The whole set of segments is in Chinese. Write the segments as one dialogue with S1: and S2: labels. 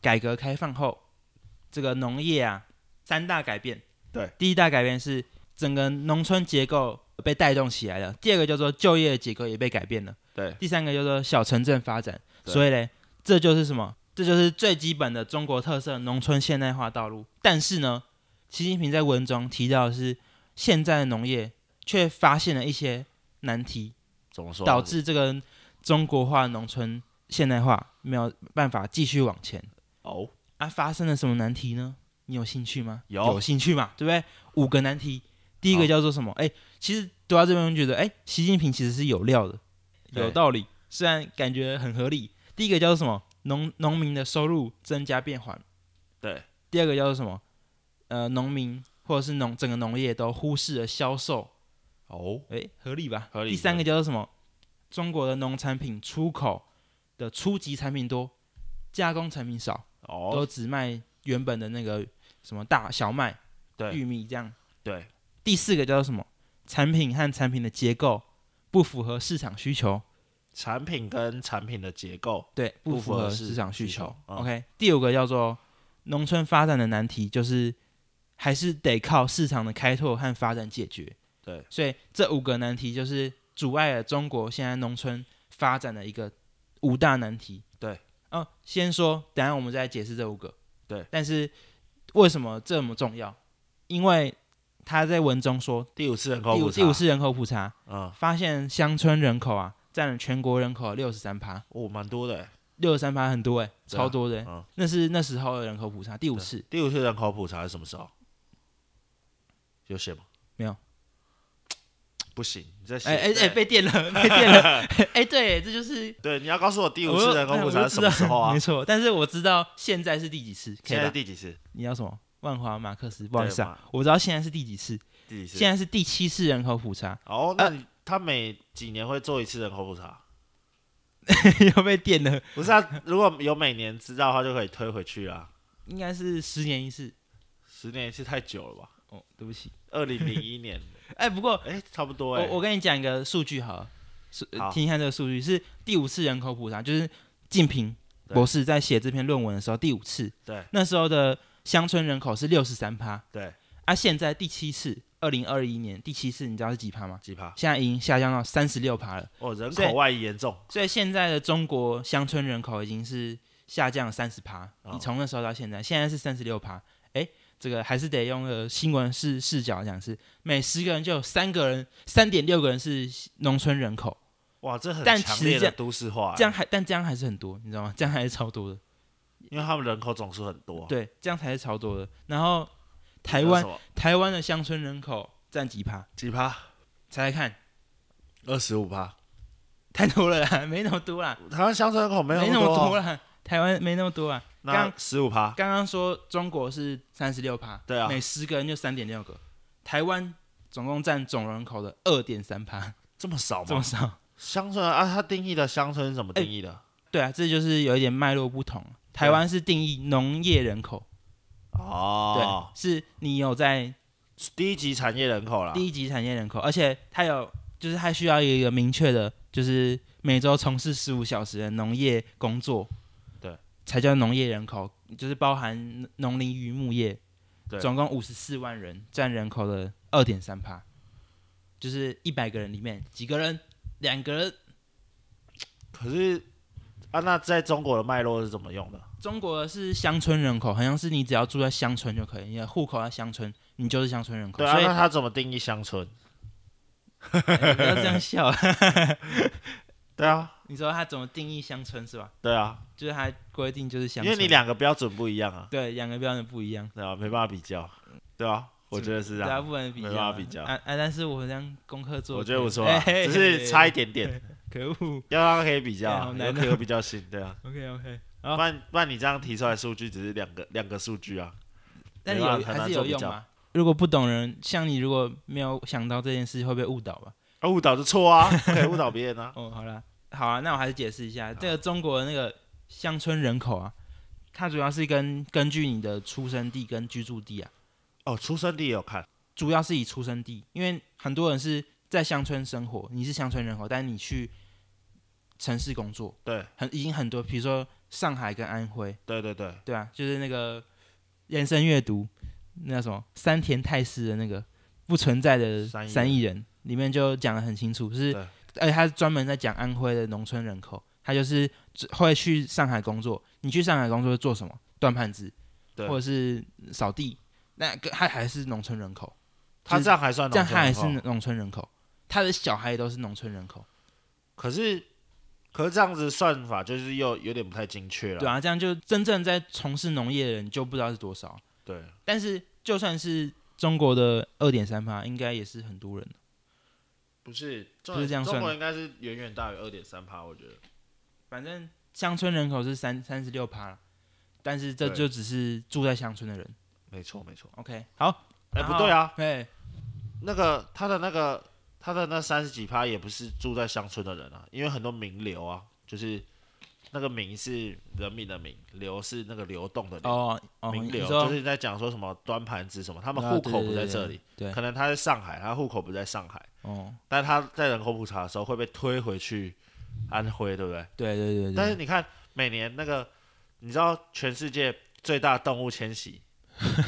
S1: 改革开放后，这个农业啊三大改变。
S2: 对，
S1: 第一大改变是整个农村结构被带动起来了，第二个叫做就业结构也被改变了，
S2: 对，
S1: 第三个叫做小城镇发展。
S2: 对
S1: 所以嘞，这就是什么？这就是最基本的中国特色农村现代化道路。但是呢，习近平在文中提到的是，现在的农业却发现了一些难题，
S2: 怎么说？
S1: 导致这个中国化农村现代化没有办法继续往前。
S2: 哦，
S1: 啊，发生了什么难题呢？你有兴趣吗？
S2: 有
S1: 兴趣嘛？对不对？五个难题，第一个
S2: 好
S1: 叫做什么？哎，其实读到这边我就觉得，哎，习近平其实是有料的，
S2: 对
S1: 有道理，虽然感觉很合理。第一个叫做什么？农农民的收入增加变缓。
S2: 对，
S1: 第二个叫做什么？呃，农民或者是农整个农业都忽视了销售，
S2: 哦，
S1: 哎，合理吧？
S2: 合理
S1: 第三
S2: 合
S1: 个
S2: 理
S1: 叫做什么？中国的农产品出口的初级产品多，加工产品少。都
S2: 哦，
S1: 只卖原本的那个什么大小麦、玉
S2: 对，
S1: 米这样。
S2: 对，
S1: 第四个叫做什么？产品和产品的结构不符合市场需求，
S2: 产品跟产品的结构，
S1: 对，
S2: 不
S1: 不
S2: 符
S1: 符
S2: 合
S1: 合
S2: 市
S1: 市场需
S2: 需
S1: 求
S2: 求。嗯
S1: OK，第五个叫做农村发展的难题，就是还是得靠市场的开拓和发展解决。
S2: 对，
S1: 所以这五个难题就是阻碍了中国现在农村发展的一个五大难题。
S2: 对，
S1: 哦，先说，等一下我们再解释这五个。
S2: 对，
S1: 但是为什么这么重要？因为他在文中说，
S2: 第五次人口
S1: 第五
S2: 普查，
S1: 第五次人口普查
S2: 嗯，
S1: 发现乡村人口啊占了全国人口六十三趴，
S2: 哦，蛮多的欸，
S1: 六十三趴很多哎、
S2: 对啊
S1: 超多的欸、
S2: 嗯
S1: 那是那时候的人口普查第五
S2: 对
S1: 次，
S2: 第五次人口普查是什么时候？有写吗？
S1: 没有。
S2: 不行，你在写
S1: 哎哎哎，被电了， 被电了，哎、对，这就是
S2: 对，你要告诉我 第
S1: 第
S2: 五次人口普查是什么时候啊
S1: 没？错，但是我知道现在是第几次，可以
S2: 现在
S1: 吧？
S2: 第几次？
S1: 你要什么？万华马克思，不好意思
S2: 对
S1: 啊，我知道现在是第几次，
S2: 第几次？
S1: 现在是第七次人口普查，
S2: 哦，那你他每几年会做一次人口普查？
S1: 又被电了，
S2: 不是啊，如果有每年知道的话，就可以推回去啦。
S1: 应该是十年一次。
S2: 十年一次太久了吧？
S1: 哦，对不起，
S2: 二零零一年，
S1: 哎、不过
S2: 哎，差不多
S1: 我
S2: 哎。
S1: 我跟你讲一个数据好了，是、呃
S2: 好
S1: 听一下这个数据是第五次人口普查，就是晋平
S2: 对
S1: 博士在写这篇论文的时候第五次，
S2: 对
S1: 那时候的乡村人口是六十三趴，
S2: 对，
S1: 啊，现在第七次，二零二一年第七次，你知道是几趴吗？
S2: 几趴？
S1: 现在已经下降到三十六趴了，
S2: 哦，人
S1: 所以
S2: 口外移严重。
S1: 所以现在的中国乡村人口已经是下降三十趴。
S2: 哦
S1: 你从那时候到现在，现在是三十六趴，哎，这个还是得用呃新闻视视角讲，是每十个人就有三个人，三点六个人是农村人口，
S2: 哇，这很
S1: 但
S2: 强
S1: 其实
S2: 烈
S1: 这
S2: 的
S1: 样
S2: 都市化欸，
S1: 这样还但这样还是很多，你知道吗？这样还是超多的，
S2: 因为他们人口总数很多。，
S1: 对，这样才是超多的。然后台湾台湾的乡村人口占几趴？
S2: 几趴？
S1: 猜猜看，
S2: 二十五趴。
S1: 太多了啦， 没那么多啦。
S2: 台湾乡村人口没有
S1: 那么
S2: 多
S1: 多
S2: 哦，
S1: 啦，台湾没那么多啊。
S2: 那
S1: 刚
S2: 十五趴。
S1: 刚刚说中国是三十六趴，
S2: 对啊
S1: 每十个人就三点六个，台湾总共占总人口的二点三趴，
S2: 这么少
S1: 这么
S2: 吗？
S1: 少？
S2: 乡村啊，他定义的乡村是怎么定义的？
S1: 对啊，这就是有一点脉络不同。台湾是定义农业人口，哎对，
S2: 哦，
S1: 是你有在
S2: 第一级产业人口啦。
S1: 第一级产业人口，而且它有就是它需要有一个明确的，就是每周从事十五小时的农业工作，
S2: 对，
S1: 才叫农业人口，就是包含农林渔牧业，
S2: 对
S1: 总共五十四万人，占人口的二点三趴，就是一百个人里面几个人，两个人。
S2: 可是啊，那在中国的脉络是怎么用的？
S1: 中国是乡村人口，好像是你只要住在乡村就可以，你的户口在乡村，你就是乡村人口。
S2: 对啊，
S1: 所以
S2: 那他怎么定义乡村？
S1: 哎不要这样笑。
S2: 对啊，
S1: 你说他怎么定义乡村是吧？
S2: 对啊，
S1: 就是他规定就是乡
S2: 因
S1: 村。
S2: 为你两个标准不一样啊，
S1: 对，两个标准不一样，
S2: 对啊，没办法比较，对啊，我觉得是这
S1: 大家
S2: 样，
S1: 不能比较啊，
S2: 没办法比较
S1: 啊啊！但是我这样功课做，
S2: 我觉得不错
S1: 哎
S2: 啊，
S1: 嘿嘿
S2: 只是
S1: 嘿
S2: 差一 点点，
S1: 可恶。
S2: 要让他可以比较
S1: 哎好
S2: 啊，
S1: 难
S2: 有
S1: 啊
S2: 可有比较性，对 啊，
S1: OK OK，
S2: 不
S1: 好
S2: 然不然你这样提出来的数据只是两个两个数据啊，
S1: 但是
S2: 没办
S1: 有
S2: 法很
S1: 还
S2: 难
S1: 是
S2: 做
S1: 有
S2: 比
S1: 用
S2: 较
S1: 嘛？如果不懂人，像你如果没有想到这件事，会被误导吧？，
S2: 啊误导就错啊，不可以误导别人啊
S1: 哦，好啦，好啊，那我还是解释一下，这个中国的那个乡村人口啊，它主要是根根据你的出生地跟居住地啊，
S2: 哦，出生地也有看，
S1: 主要是以出生地，因为很多人是在乡村生活，你是乡村人口，但你去城市工作，
S2: 对，
S1: 很已经很多，比如说上海跟安徽，
S2: 对对对，
S1: 对啊，就是那个延伸阅读，那叫什么山田太司的那个不存在的
S2: 三亿人
S1: 三亿人里面就讲的很清楚，是
S2: 对
S1: 而且他是专门在讲安徽的农村人口，他就是只会去上海工作，你去上海工作做什么？端盘子，
S2: 对
S1: 或者是扫地，那个他还是农村人口，
S2: 他这样还算
S1: 这样
S2: 农
S1: 他
S2: 村
S1: 还
S2: 人
S1: 是
S2: 口
S1: 农村人口，他的小孩也都是农村人口，
S2: 可是可是这样子算法就是又有点不太精确了。
S1: 对啊，这样就真正在从事农业的人就不知道是多少。
S2: 对
S1: 但是就算是中国的二点三趴，应该也是很多人。
S2: 不是，
S1: 不是这样算的
S2: 中国应该是远远大于二点三趴，我觉得。
S1: 反正乡村人口是三三十六趴了，但是这
S2: 对
S1: 就只是住在乡村的人。
S2: 没错没错。
S1: OK，好，
S2: 哎、
S1: 然后
S2: 不对啊，
S1: 对，
S2: 那个他的那个他的那三十几趴也不是住在乡村的人啊，因为很多名流啊，就是那个名是人民的名，流是那个流动的流。
S1: 哦哦，
S2: 名
S1: 你
S2: 流
S1: 说
S2: 就是在讲说什么端盘子什么，他们
S1: 啊
S2: 户
S1: 对
S2: 口
S1: 对
S2: 不在
S1: 对
S2: 这里，
S1: 对，
S2: 可能他在上海，他户口不在上海，
S1: 哦，
S2: 但他在人口普查的时候会被推回去安徽，对不对？
S1: 对对对
S2: 但是
S1: 对，
S2: 你看，每年那个，你知道全世界最大动物迁徙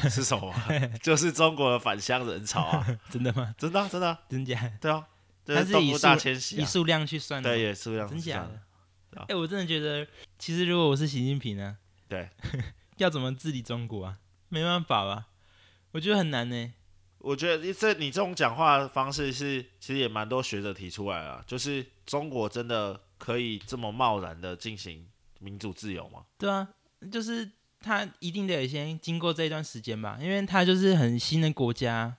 S2: 是什么吗？ 就是中国的返乡人潮啊！
S1: 真的吗？
S2: 真的啊、真的啊、
S1: 真假？
S2: 对啊，这
S1: 它
S2: 是
S1: 是
S2: 动
S1: 以
S2: 物
S1: 数
S2: 大迁徙
S1: 以
S2: 啊，
S1: 数量去算的吗，
S2: 对，也是这样子
S1: 真假
S2: 算
S1: 的？
S2: 对
S1: 哎
S2: 啊、
S1: 我真的觉得，其实如果我是习近平呢、
S2: 对，
S1: 要怎么治理中国啊？没办法吧？我觉得很难呢、
S2: 我觉得这你这种讲话的方式是，其实也蛮多学者提出来了，就是中国真的可以这么贸然的进行民主自由吗？
S1: 对啊，就是他一定得先经过这一段时间吧，因为他就是很新的国家，啊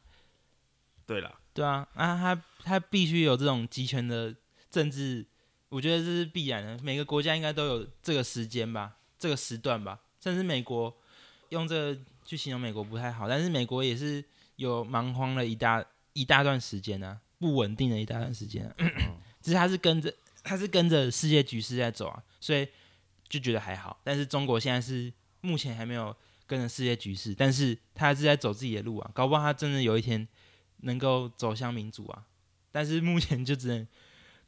S2: 对啦，
S1: 对啊，啊，他他必须有这种集权的政治，我觉得这是必然的，每个国家应该都有这个时间吧，这个时段吧，甚至美国用这个去形容美国不太好，但是美国也是有蛮荒了一大一大段时间啊，不稳定的一大段时间、啊， 只是他是跟着他是跟着世界局势在走啊，所以就觉得还好，但是中国现在是目前还没有跟着世界局势，但是他还是在走自己的路啊，搞不好他真的有一天。能够走向民主啊，但是目前就只能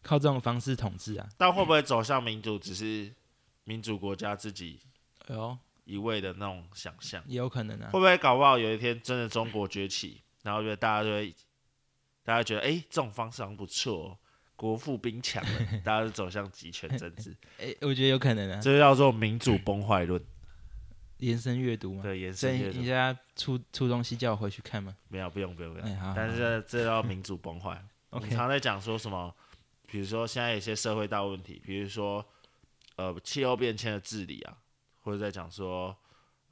S1: 靠这种方式统治啊。
S2: 但会不会走向民主，只是民主国家自己
S1: 哎呦，
S2: 一味的那种想象？
S1: 也有可能啊
S2: 会。不会搞不好有一天真的中国崛起，然后就大家就会，大家觉得哎、诶这种方式好像不错、哦，国富兵强了，大家就走向集权政治，
S1: 哎、我觉得有可能啊。
S2: 这就叫做民主崩坏论。
S1: 延伸阅读嘛，
S2: 对，延
S1: 所
S2: 伸
S1: 以
S2: 阅
S1: 你
S2: 读
S1: 现在出出东西叫我回去看嘛。
S2: 没有，不用不用不
S1: 哎、
S2: 用。
S1: 好好
S2: 但是
S1: 好
S2: 这这叫民主崩坏。我们
S1: OK，
S2: 常在讲说什么，比如说现在有些社会大问题，比如说呃气候变迁的治理啊，或者在讲说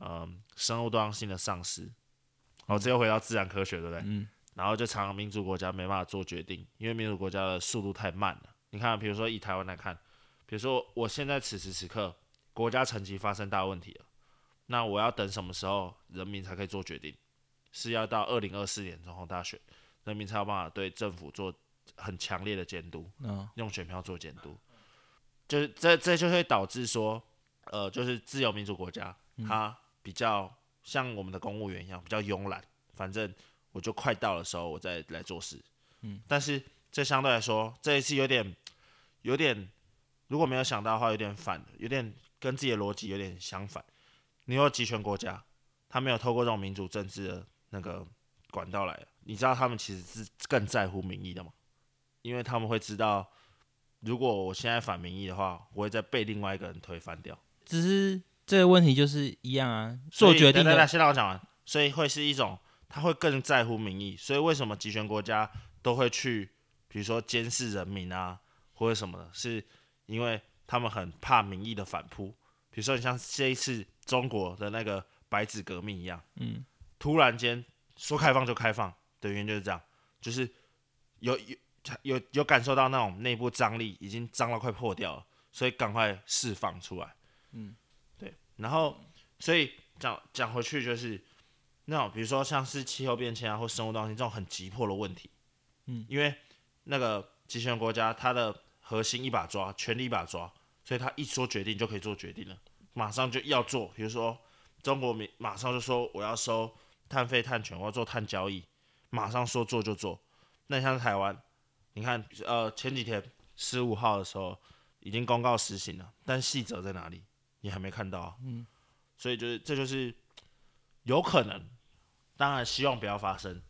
S2: 嗯、生物多样性的丧失。哦，这又回到自然科学，对不对？
S1: 嗯，
S2: 然后就常常民主国家没办法做决定，因为民主国家的速度太慢了。你看，比如说以台湾来看，比如说我现在此时此刻国家层级发生大问题了，那我要等什么时候人民才可以做决定？是要到二零二四年总统大选，人民才有办法对政府做很强烈的监督。
S1: 哦，
S2: 用选票做监督，就是这这就会导致说，呃，就是自由民主国家，它比较像我们的公务员一样，比较慵懒，反正我就快到的时候我再来做事。
S1: 嗯，
S2: 但是这相对来说，这一次有点有点，如果没有想到的话，有点反，有点跟自己的逻辑有点相反。你有集权国家，他没有透过这种民主政治的那个管道来，你知道他们其实是更在乎民意的吗？因为他们会知道，如果我现在反民意的话，我会再被另外一个人推翻掉。
S1: 只是这个问题就是一样啊，做
S2: 所以
S1: 决定
S2: 等等等
S1: 的
S2: 先让我讲完。所以会是一种，他会更在乎民意。所以为什么集权国家都会去，比如说监视人民啊，或者什么的，是因为他们很怕民意的反扑。比如说，你像这一次中国的那个白纸革命一样，
S1: 嗯，
S2: 突然间说开放就开放的原因就是这样，就是有有有有感受到那种内部张力已经张到快破掉了，所以赶快释放出来。
S1: 嗯，
S2: 对。然后，所以讲讲回去就是那种，比如说像是气候变迁啊，或生物多样性这种很急迫的问题。
S1: 嗯，
S2: 因为那个集权国家它的核心一把抓，权力一把抓，所以他一说决定就可以做决定了，马上就要做。比如说中国民马上就说我要收碳费碳权，我要做碳交易，马上说做就做。那你像台湾，你看呃前几天十五号的时候已经公告实行了，但细则在哪里？也还没看到、啊，嗯，所以就是这就是有可能，当然希望不要发生，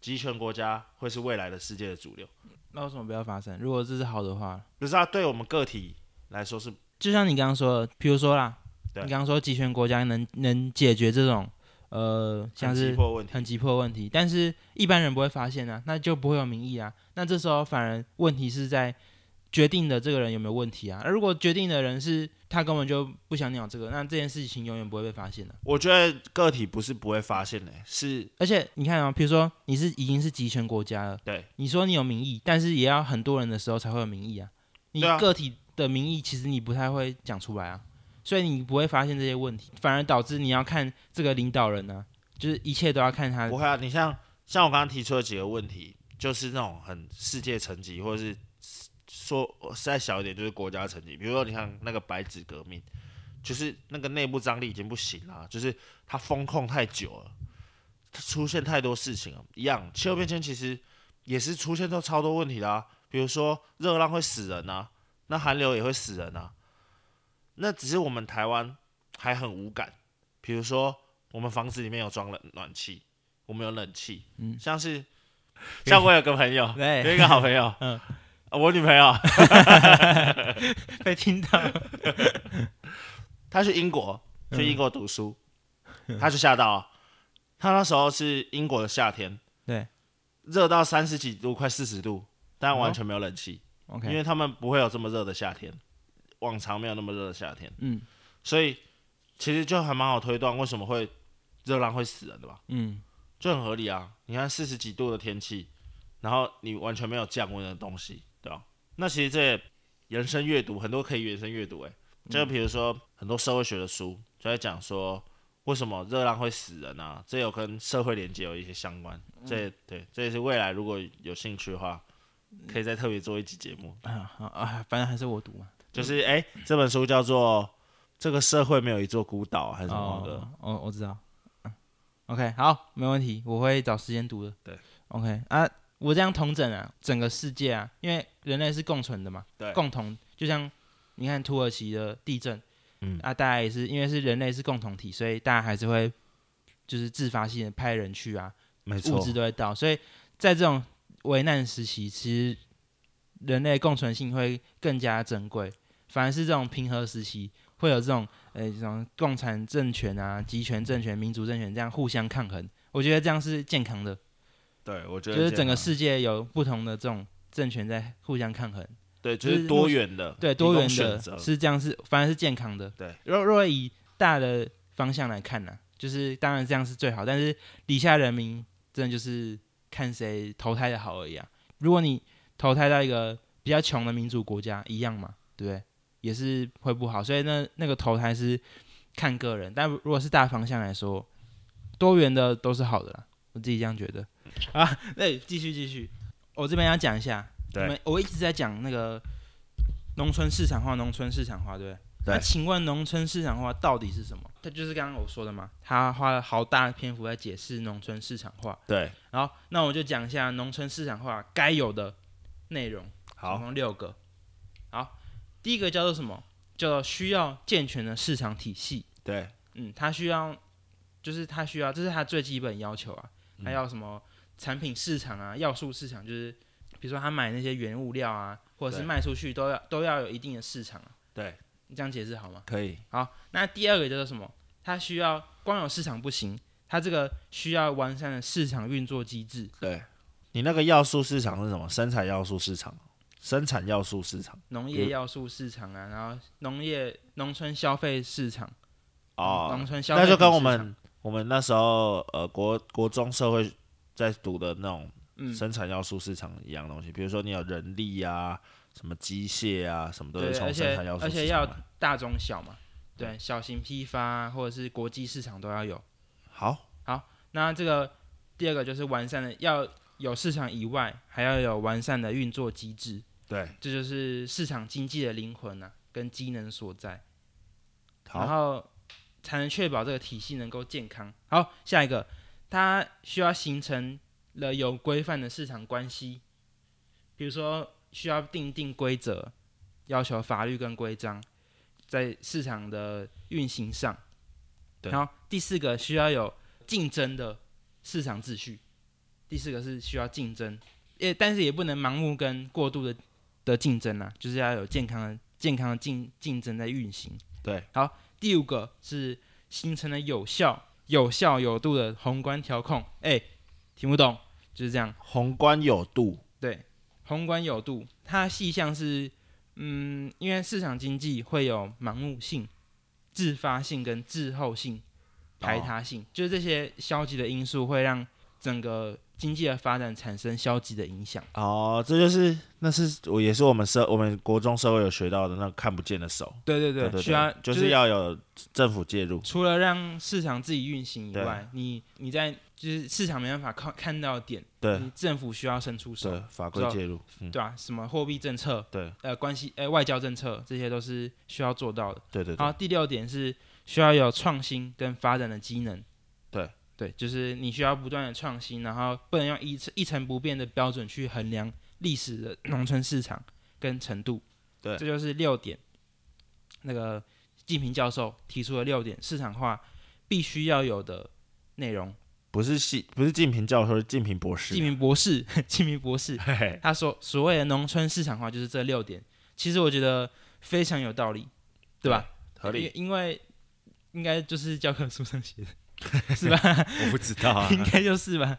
S2: 集权国家会是未来的世界的主流，
S1: 那为什么不要发生？如果这是好的话，
S2: 可是它对我们个体来说是
S1: 就像你刚刚说的，比如说啦，
S2: 对
S1: 你刚刚说集权国家能能解决这种呃像
S2: 很急
S1: 是
S2: 迫的问题，
S1: 很急迫的问题，但是一般人不会发现啊，那就不会有民意啊。那这时候反而问题是在决定的这个人有没有问题啊。而如果决定的人是他根本就不想鸟这个，那这件事情永远不会被发现的、啊
S2: 我觉得个体不是不会发现的、欸是
S1: 而且你看啊、比如说你是已经是集权国家了，
S2: 对，
S1: 你说你有民意，但是也要很多人的时候才会有民意啊。你
S2: 对啊
S1: 个体的民意其实你不太会讲出来啊，所以你不会发现这些问题，反而导致你要看这个领导人呢、就是一切都要看他
S2: 不会啊。你像像我刚刚提出的几个问题，就是那种很世界层级，或者是说再小一点就是国家层级，比如说你看那个白纸革命，就是那个内部张力已经不行了，就是它风控太久了，它出现太多事情了。一样，气候变迁其实也是出现到超多问题啊啦、比如说热浪会死人啊，那寒流也会死人啊。那只是我们台湾还很无感，比如说我们房子里面有装冷暖气，我们有冷气，嗯，像是像我有个朋友，
S1: 对
S2: 有一个好朋友，
S1: 嗯
S2: 嗯，我女朋友，
S1: 被听到。
S2: 他去英国，去英国读书，他就吓到了。他那时候是英国的夏天，
S1: 对
S2: 热到三十几度，快四十度，但完全没有冷气，
S1: ，OK，
S2: 因为他们不会有这么热的夏天，往常没有那么热的夏天，
S1: 嗯
S2: 所以其实就还蛮好推断为什么会热浪会死人的吧，
S1: 嗯，
S2: 就很合理啊。你看四十几度的天气，然后你完全没有降温的东西，对吧、那其实这也延伸阅读很多可以延伸阅读、欸，哎，
S1: 嗯
S2: 就比如说很多社会学的书就在讲说为什么热浪会死人啊，这有跟社会连接有一些相关，
S1: 嗯
S2: 这也对，这也是未来如果有兴趣的话，可以再特别做一集节目。
S1: 啊好啊，反正还是我读嘛。
S2: 就是哎、欸这本书叫做《这个社会没有一座孤岛》还是什么的，
S1: 哦，我我知道。嗯 OK，好，没问题，我会找时间读的。
S2: 对
S1: ，OK 啊，我这样统整啊，整个世界啊，因为人类是共存的嘛，
S2: 对
S1: 共同就像你看土耳其的地震，
S2: 嗯
S1: 啊，大家也是因为是人类是共同体，所以大家还是会就是自发性的派人去啊，
S2: 没
S1: 物
S2: 错
S1: 资，都会到，所以在这种危难时期，其实人类共存性会更加珍贵。反而是这种平和时期，会有这种呃这种共产政权啊、集权政权、民主政权这样互相抗衡，我觉得这样是健康的，
S2: 对我觉
S1: 就
S2: 得
S1: 是
S2: 这
S1: 整个
S2: 样
S1: 世界有不同的这种政权在互相抗衡，
S2: 对，就
S1: 就是
S2: 是多元的，
S1: 对
S2: 提供
S1: 多元
S2: 选
S1: 的
S2: 择
S1: 是这样是反而是健康的。
S2: 对，
S1: 若若以大的方向来看呢、就是当然这样是最好，但是底下人民真的就是看谁投胎的好而已啊。如果你投胎到一个比较穷的民主国家，一样嘛，对不对？也是会不好，所以那那个投胎是看个人，但如果是大方向来说，多元的都是好的啦，我自己这样觉得 啊。对，继续继续，我这边要讲一下，
S2: 对
S1: 我们我一直在讲那个农村市场化，农村市场化，对不对？
S2: 对
S1: 那请问农村市场化到底是什么？它就是刚刚我说的嘛，他花了好大的篇幅在解释农村市场化。
S2: 对，
S1: 然后，那我就讲一下农村市场化该有的内容，总
S2: 好，
S1: 共六个。好，第一个叫做什么？叫做需要健全的市场体系。
S2: 对，
S1: 嗯，它需要，就是它需要，这是它最基本要求啊。
S2: 嗯
S1: 还要什么产品市场啊、要素市场，就是比如说他买那些原物料啊，或者是
S2: 对
S1: 卖出去都要都要有一定的市场啊。
S2: 对，
S1: 你这样解释好吗？
S2: 可以，
S1: 好，那第二个叫做什么？它需要光有市场不行，它这个需要完善的市场运作机制。
S2: 对。你那个要素市场是什么？生产要素市场，生产要素市场
S1: 农
S2: 比
S1: 业
S2: 如
S1: 要素市场啊，然后农业、农村消费市场，农
S2: 哦，
S1: 村消费
S2: 那就跟
S1: 品
S2: 我
S1: 市场
S2: 们我们那时候呃国国中社会在读的那种
S1: 嗯
S2: 生产要素市场一样东西，比如说你有人力啊，什么机械啊，什么都
S1: 对而
S2: 是从
S1: 且
S2: 生产要素
S1: 而且
S2: 市场
S1: 要
S2: 来。
S1: 大中小嘛，对，小型批发啊或者是国际市场都要有。
S2: 好，
S1: 那这个第二个就是完善的，要有市场以外，还要有完善的运作机制，
S2: 对，
S1: 这就是市场经济的灵魂啊，跟机能所在，然
S2: 好，
S1: 后才能确保这个体系能够健康。好，下一个，它需要形成了有规范的市场关系，比如说需要定定规则，要求法律跟规章，在市场的运行上。
S2: 对
S1: 然后第四个需要有竞争的市场秩序，第四个是需要竞争，也但是也不能盲目跟过度的的竞争啊，就是要有健康的健康的竞竞争在运行。
S2: 对，
S1: 好，第五个是形成了有效、有效有度的宏观调控。哎，听不懂，就是这样。
S2: 宏观有度，
S1: 对，宏观有度，它细项是，嗯，因为市场经济会有盲目性、自发性跟滞后性、排他性，就是这些消极的因素会让整个经济的发展产生消极的影响。
S2: 哦，这就是那是我也是我们社我们国中社会有学到的那个看不见的手，
S1: 对对
S2: 对对对，
S1: 需要
S2: 就是要有政府介入，
S1: 除了让市场自己运行以
S2: 对
S1: 外，你你在就是市场没办法看看到的点，
S2: 对
S1: 你政府需要伸出手
S2: 对，，法规介入，嗯，
S1: 嗯啊对啊，什么货币政策、
S2: 对
S1: 呃关系呃外交政策，这些都是需要做到的。
S2: 对对
S1: 好，
S2: 对，
S1: 第六点是需要有创新跟发展的机能。
S2: 对
S1: 对，就是你需要不断的创新，然后不能用一一成不变的标准去衡量历史的农村市场跟程度。
S2: 对
S1: 这就是六点。那个季平教授提出了六点市场化必须要有的内容。
S2: 不是系不是静平教授，是啊静平博士
S1: 季，平博士， 季平博士，
S2: 嘿嘿，
S1: 他说所谓的农村市场化就是这六点，其实我觉得非常有道理，对吧？
S2: 合理，
S1: 因因为应该就是教科书上写的，，
S2: 我不知道啊
S1: 应该就是吧。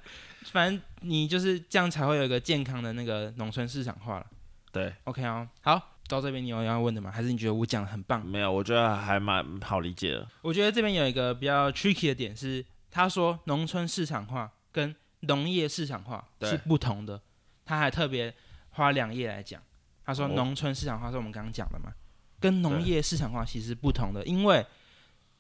S1: 反正你就是这样才会有一个健康的那个农村市场化了。
S2: 对，
S1: OK 哦，好，到这边你有要问的吗？还是你觉得我讲的很棒？
S2: 没有，我觉得还蛮好理解的，
S1: 我觉得这边有一个比较 tricky 的点是，他说农村市场化跟农业市场化
S2: 对
S1: 是不同的，他还特别花两页来讲。他说
S2: 哦
S1: 农村市场化是我们刚刚讲的嘛，跟农业市场化其实不同的，因为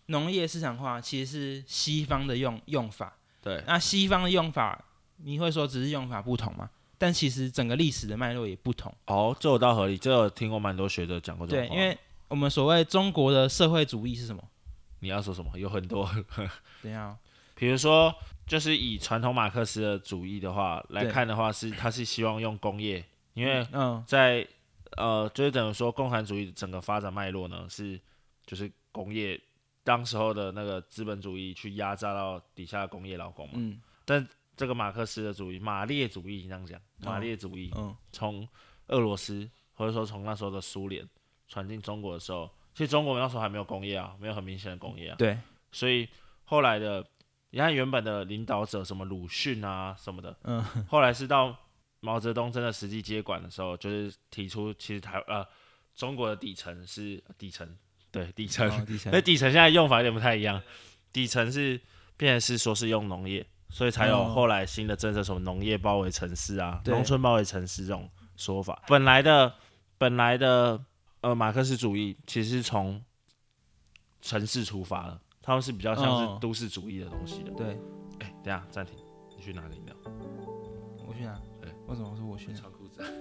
S1: 农业市场化其实是西方的用用法，
S2: 对
S1: 那西方的用法你会说只是用法不同吗？但其实整个历史的脉络也不同。
S2: 哦，这我倒合理，这我听过蛮多学者讲过这
S1: 对，
S2: 种话，
S1: 因为我们所谓中国的社会主义是什么？
S2: 你要说什么，有很多，
S1: 等一下哦、
S2: 比如说，就是以传统马克思的主义的话来
S1: 对
S2: 看的话是，他是希望用工业，因为
S1: 嗯，
S2: 在呃，就是等于说共产主义整个发展脉络呢是就是工业当时候的那个资本主义去压榨到底下的工业劳工嘛。
S1: 嗯
S2: 这个马克思的主义，马列主义这样讲，马列主义
S1: 嗯，
S2: 从俄罗斯或者说从那时候的苏联传进中国的时候，其实中国那时候还没有工业啊，没有很明显的工业啊。
S1: 对，
S2: 所以后来的，你看原本的领导者什么鲁迅啊什么的，
S1: 嗯，
S2: 后来是到毛泽东真的实际接管的时候，就是提出其实台呃中国的底层是底层，对底层，
S1: 哦底层
S2: 那、底层现在用法有点不太一样，底层是变成是说是用农业，所以才有
S1: 哦
S2: 后来新的政策，什么农业包围城市啊，
S1: 对
S2: 农村包围城市这种说法。本来的本来的呃马克思主义其实是从城市出发的，他们是比较像
S1: 哦
S2: 是都市主义的东西的。
S1: 对，
S2: 哎、等一下暂停，你去拿个饮料。
S1: 我去拿。
S2: 对
S1: 为什么是我去拿？
S2: 哎穿裤子。啊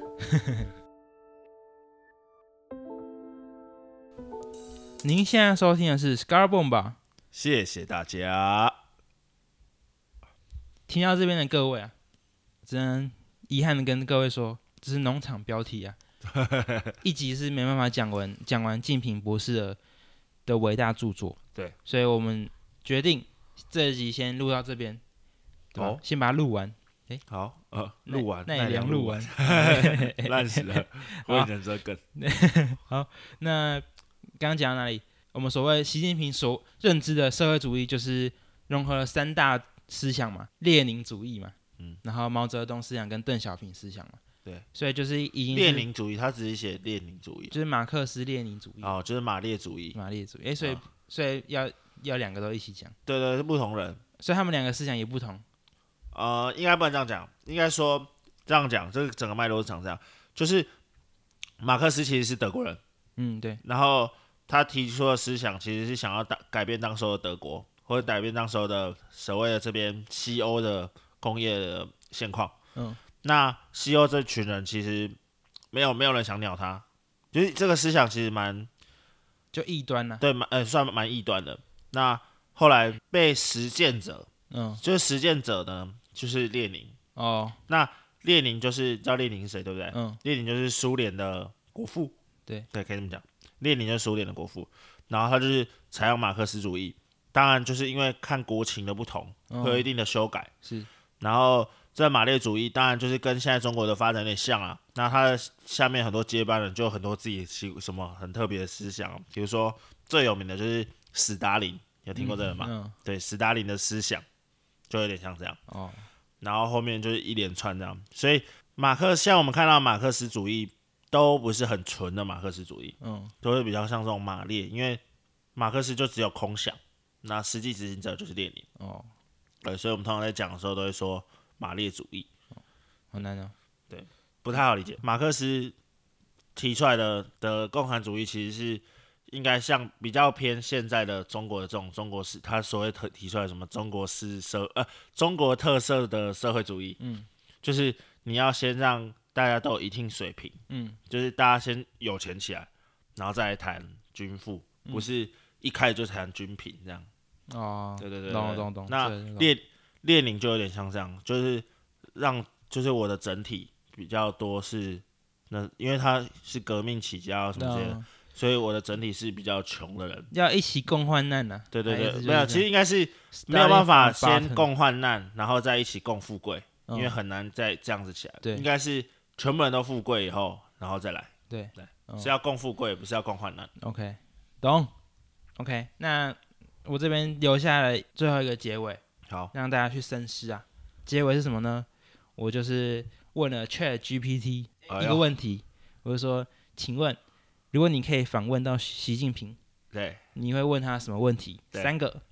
S1: 您现在收听的是 Scarbone 吧？
S2: 谢谢大家。
S1: 听到这边的各位啊，只能遗憾的跟各位说，这是农场标题 啊，一集是没办法讲完讲完静平博士的的伟大著作。
S2: 对，
S1: 所以我们决定这一集先录到这边，对吧？
S2: 哦
S1: 先把它录完，
S2: 好，呃，
S1: 奈
S2: 录完
S1: 奈良录
S2: 录
S1: 完，。
S2: 烂死了，
S1: 好
S2: 我也忍这梗。
S1: 那刚刚讲到哪里？我们所谓习近平所认知的社会主义，就是融合了三大思想嘛，列宁主义嘛，
S2: 嗯，
S1: 然后毛泽东思想跟邓小平思想嘛，
S2: 对，
S1: 所以就是已经是
S2: 列宁主义，他只是写列宁主义，
S1: 就是马克思列宁主义、
S2: 哦，就是马列主义，
S1: 马列主义，诶，所以、
S2: 哦
S1: 所以要要两个都一起讲，
S2: 对对，是不同人。
S1: 所以他们两个思想也不同，
S2: 呃，应该不能这样讲，应该说这样讲，这个整个脉络是长这样，就是马克思其实是德国人，
S1: 嗯，对，
S2: 然后他提出的思想其实是想要当改变当时候的德国，或者改变当时候的所谓的这边西欧的工业的现况。
S1: 嗯，
S2: 那西欧这群人其实没有没有人想鸟他，就是这个思想其实蛮
S1: 就异端啊呐、
S2: 对蛮呃算蛮异端的。那后来被实践者，
S1: 嗯，
S2: 就是实践者呢，就是列宁。
S1: 哦，
S2: 列宁就是知道列宁是谁对不对？
S1: 嗯，
S2: 列宁就是苏联的国父，
S1: 对
S2: 对，可以这么讲，列宁就是苏联的国父。然后它就是采用马克思主义。当然，就是因为看国情的不同，会有一
S1: 嗯，
S2: 定的修改。
S1: 是
S2: 然后这马列主义当然就是跟现在中国的发展有点像啊。那它的下面很多接班人就有很多自己其什么很特别的思想，啊比如说最有名的就是斯大林，有听过这个吗？
S1: 嗯，
S2: 对，斯大林的思想就有点像这样。
S1: 哦，
S2: 然后后面就是一连串这样。所以马克，现在我们看到马克思主义都不是很纯的马克思主义，
S1: 嗯，
S2: 都是比较像这种马列，因为马克思就只有空想，那实际执行者就是列宁。
S1: 哦，
S2: 呃，所以我们通常在讲的时候都会说马列主义，
S1: 好难哦，
S2: 不太好理解。马克思提出来的的共产主义其实是。应该像比较偏现在的中国的这种中国式，他所谓提提出来什么中国式社呃中国特色的社会主义，
S1: 嗯
S2: 就是你要先让大家都有一定水平，
S1: 嗯，
S2: 就是大家先有钱起来，然后再来谈均富，不是一开始就谈均贫这样。
S1: 哦，
S2: 对对对对
S1: 懂懂懂，
S2: 那
S1: 对懂
S2: 列列宁就有点像这样，就是让就是我的整体比较多是那，因为他是革命起家啊什么之类的，
S1: 那
S2: 所以我的整体是比较穷的人。
S1: 要一起共患难呢，
S2: 对对
S1: 还
S2: 对，
S1: 是
S2: 没有，其实应该是没有办法先共患难，然后再一起共富贵。
S1: 嗯，
S2: 因为很难再这样子起来。
S1: 对
S2: 应该是全部人都富贵以后，然后再来。
S1: 对
S2: 对，
S1: 嗯
S2: 是要共富贵，不是要共患难。
S1: OK，懂，OK，那我这边留下了最后一个结尾，
S2: 好，
S1: 让大家去深思啊。结尾是什么呢？我就是问了 Chat GPT
S2: 哎
S1: 一
S2: 呦
S1: 个问题，我就说，请问，如果你可以访问到习近平，
S2: 对，
S1: 你会问他什么问题？
S2: 对
S1: 三个。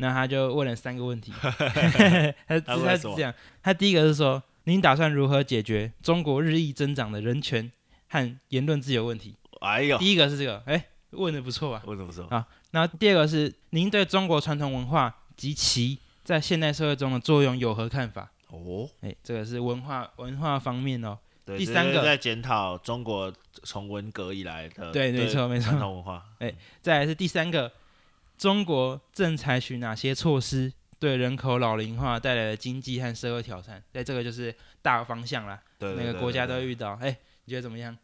S1: 那他就问了三个 问题，他
S2: 他
S1: 他
S2: 问什么
S1: 这样，他第一个是说，您打算如何解决中国日益增长的人权和言论自由问题？
S2: 哎呦，
S1: 第一个是这个，哎，问的不错吧？
S2: 为什么说
S1: 啊？那第二个是您对中国传统文化及其在现代社会中的作用有何看法？
S2: 哦，
S1: 哎，这个是文化文化方面哦。
S2: 对，
S1: 第
S2: 这
S1: 三
S2: 就是
S1: 个
S2: 在检讨中国从文革以来的
S1: 对没错没错
S2: 传统文化。
S1: 再来是第三个，中国正采取哪些措施对人口老龄化带来的经济和社会挑战？哎，这个就是大方向啦，
S2: 对，
S1: 每
S2: 对
S1: 个国家都，会
S2: 对对对
S1: 遇到。哎，你觉得怎么样？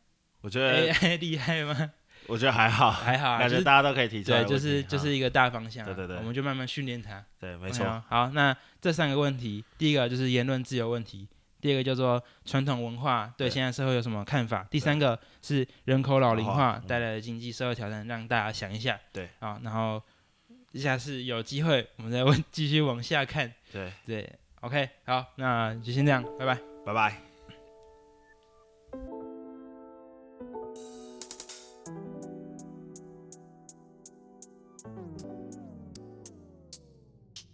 S2: 我觉得，
S1: 哎， 厉害吗？
S2: 我觉得还好，
S1: 还好啊
S2: 感
S1: 就
S2: 觉
S1: 是
S2: 大家都可以提出来
S1: 对，
S2: 的问
S1: 就
S2: 题。
S1: 是就
S2: 啊
S1: 是一个大方向啊。
S2: 对对对
S1: 我们就慢慢训练它。
S2: 对，没错，
S1: OK 啊。好，那这三个问题，第一个就是言论自由问题，第二个叫做传统文化对
S2: 对
S1: 现在社会有什么看法，第三个是人口老龄
S2: 老化嗯
S1: 化带来的经济社会挑战，让大家想一下。
S2: 对，
S1: 好，然后下次有机会我们再问，继续往下看。
S2: 对，
S1: 对，OK，好，那就先这样，拜拜。
S2: 拜拜。